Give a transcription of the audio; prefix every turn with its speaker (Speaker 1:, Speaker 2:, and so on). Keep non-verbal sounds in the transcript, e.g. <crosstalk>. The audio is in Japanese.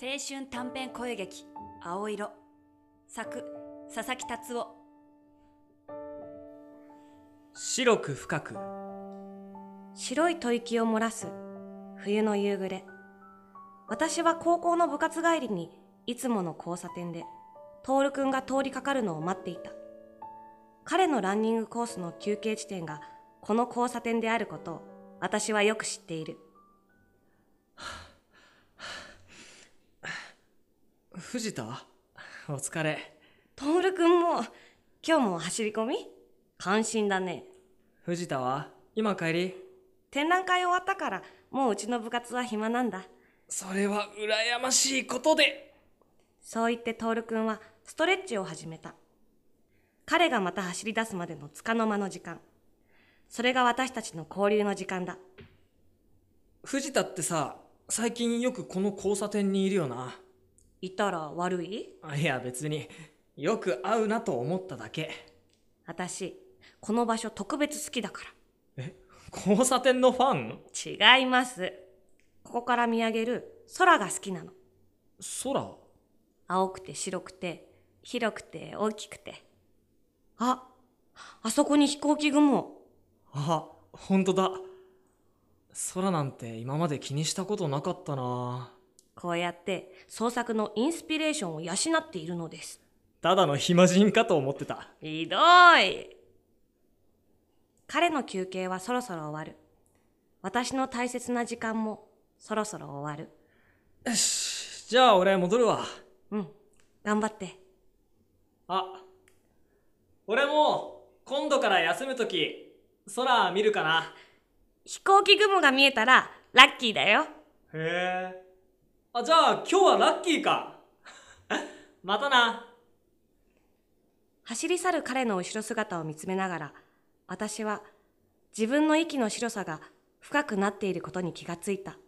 Speaker 1: 青春短編声劇「青色」作佐々木達夫
Speaker 2: 白く深く
Speaker 3: 白い吐息を漏らす冬の夕暮れ私は高校の部活帰りにいつもの交差点で徹くんが通りかかるのを待っていた彼のランニングコースの休憩地点がこの交差点であることを私はよく知っている
Speaker 2: 藤田お疲れ
Speaker 3: 徹くんも今日も走り込み感心だね
Speaker 2: 藤田は今帰り
Speaker 3: 展覧会終わったからもううちの部活は暇なんだ
Speaker 2: それは羨ましいことで
Speaker 3: そう言って徹くんはストレッチを始めた。彼がまた走り出すまでのつかの間の時間。それが私たちの交流の時間だ。
Speaker 2: 藤田ってさ最近よくこの交差点にいるよない
Speaker 3: たら悪い
Speaker 2: あいや別によく会うなと思っただけ
Speaker 3: 私、この場所特別好きだか
Speaker 2: え交差点のファン
Speaker 3: ら。違います。ここから見上げる空が好きなの。
Speaker 2: 空
Speaker 3: 青くて白くて、広くて大きくて。あ、あそこに飛行機雲。
Speaker 2: あ本当だ空なんて今まで気にしたことなかったな
Speaker 3: こうやって創作のインスピレーションを養っているのです。
Speaker 2: ただの暇人かと思ってた
Speaker 3: ひどい彼の休憩はそろそろ終わる。私の大切な時間もそろそろ終わる。
Speaker 2: よしじゃあ俺戻るわ
Speaker 3: うん、頑張って。
Speaker 2: あ俺も今度から休む時空見るかな
Speaker 3: 飛行機雲が見えたらラッキーだよ。
Speaker 2: へえあじゃあ今日はラッキーか <laughs> またな
Speaker 3: 走り去る彼の後ろ姿を見つめながら、私は自分の息の白さが深くなっていることに気がついた。